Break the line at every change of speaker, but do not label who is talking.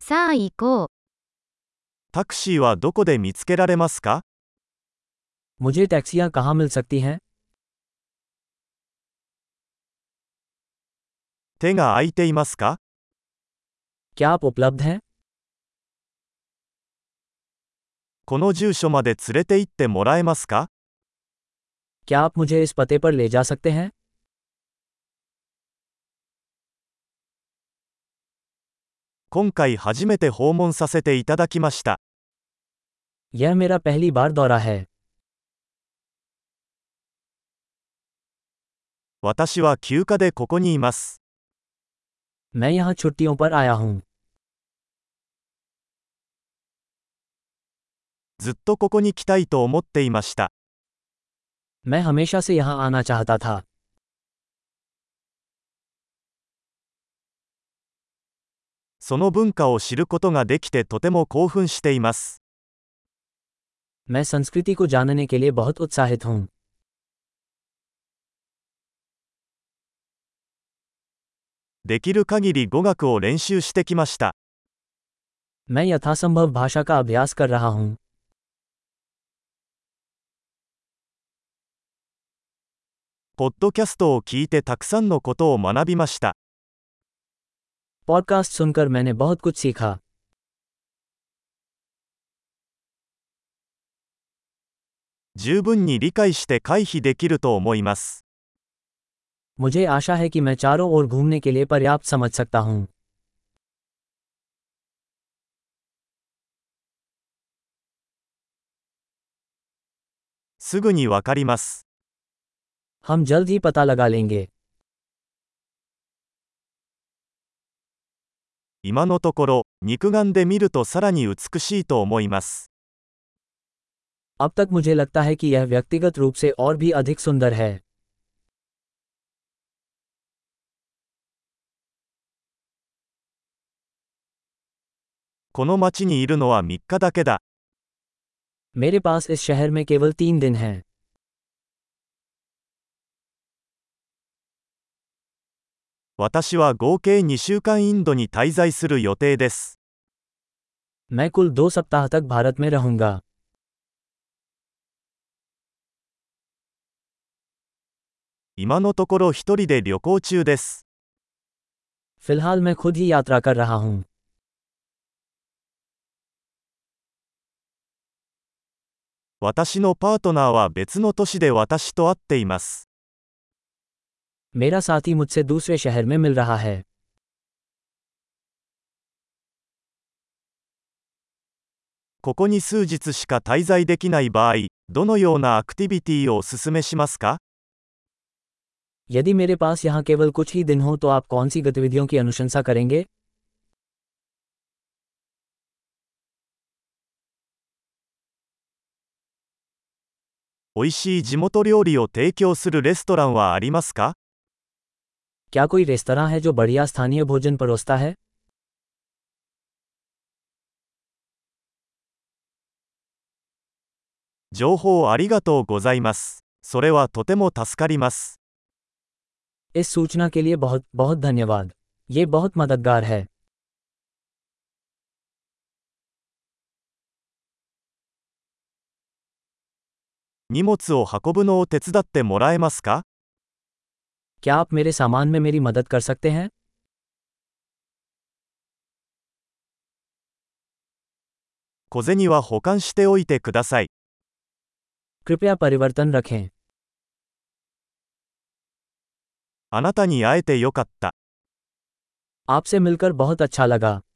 さあ行こう。
タクシーはどこで見つけられますか
मुझे टैक्सियाँ कहाँ मिल सकती हैं
手が空いていますか
क्या आप उपलब्ध हैं
この住所まで連れて行ってもらえますか
क्या आप मुझे इस पते पर ले जा सकते हैं
今回初めて訪問させていただきました。
यह मेरा पहली बार दौरा है
私は休暇でここにいます。
मैं यहाँ छुट्टियों पर आया हूँ
ずっとここに来たいと思っていました。
मैं हमेशा से यहाँ आना चाहता था
その文化を知ることができてとても興奮しています。
मैं संस्कृति को जानने के लिए बहुत उत्साहित हूँ
できる限り語学を練習してきました。
मैं यथासंभव भाषा का अभ्यास कर रहा हूँ
ポッドキャストを聞いてたくさんのことを学びました。
पॉडकास्ट सुनकर मैंने बहुत कुछ सीखा
十分に理解して回避できると思います。
मुझे आशा है कि मैं चारों ओर घूमने के लिए पर्याप्त समझ सकता हूँ
すぐにわかります。
हम जल्द ही पता लगा लेंगे
「今のところ肉眼で見るとさらに美しいと思います」
अब तक मुझे लगता है कि यह व्यक्तिगत रूप से और भी अधिक सुंदर है
「この町にいるのは3日だけだ」
मेरे पास इस शहर में केवल तीन दिन हैं
「私は合計2週間インドに滞在する予定です」
मैं कुल दो सप्ताह तक भारत में रहूंगा
「今のところ一人で旅行中です」
फिलहाल मैं खुद ही यात्रा कर रहा हूँ
「私のパートナーは別の都市で私と会っています」
मेरा साथी मुझसे दूसरे शहर में मिल रहा है
「ここに数日しか滞在できない場合どのようなアクティビティをおすすめしますか?
यदि मेरे पास यहाँ केवल कुछ ही दिन हो तो आप कौन सी गतिविधियों की अनुशंसा करेंगे」
「おいしい地元料理を提供するレストランはありますか?
क्या कोई रेस्तरा है जो बढ़िया स्थानीय भोजन परोसता है
「情報ありがとうございます」それはとても助かります。
इस सूचना के लिए बहुत बहुत धन्यवाद ये बहुत मददगार है
「荷物を運ぶのを手伝ってもらえますか?
क्या आप मेरे सामान में मेरी मदद कर सकते हैं」
小銭は保管しておいてください。
कृपया परिवर्तन रखें
あなたに会えてよかった。
आपसे मिलकर बहुत अच्छा लगा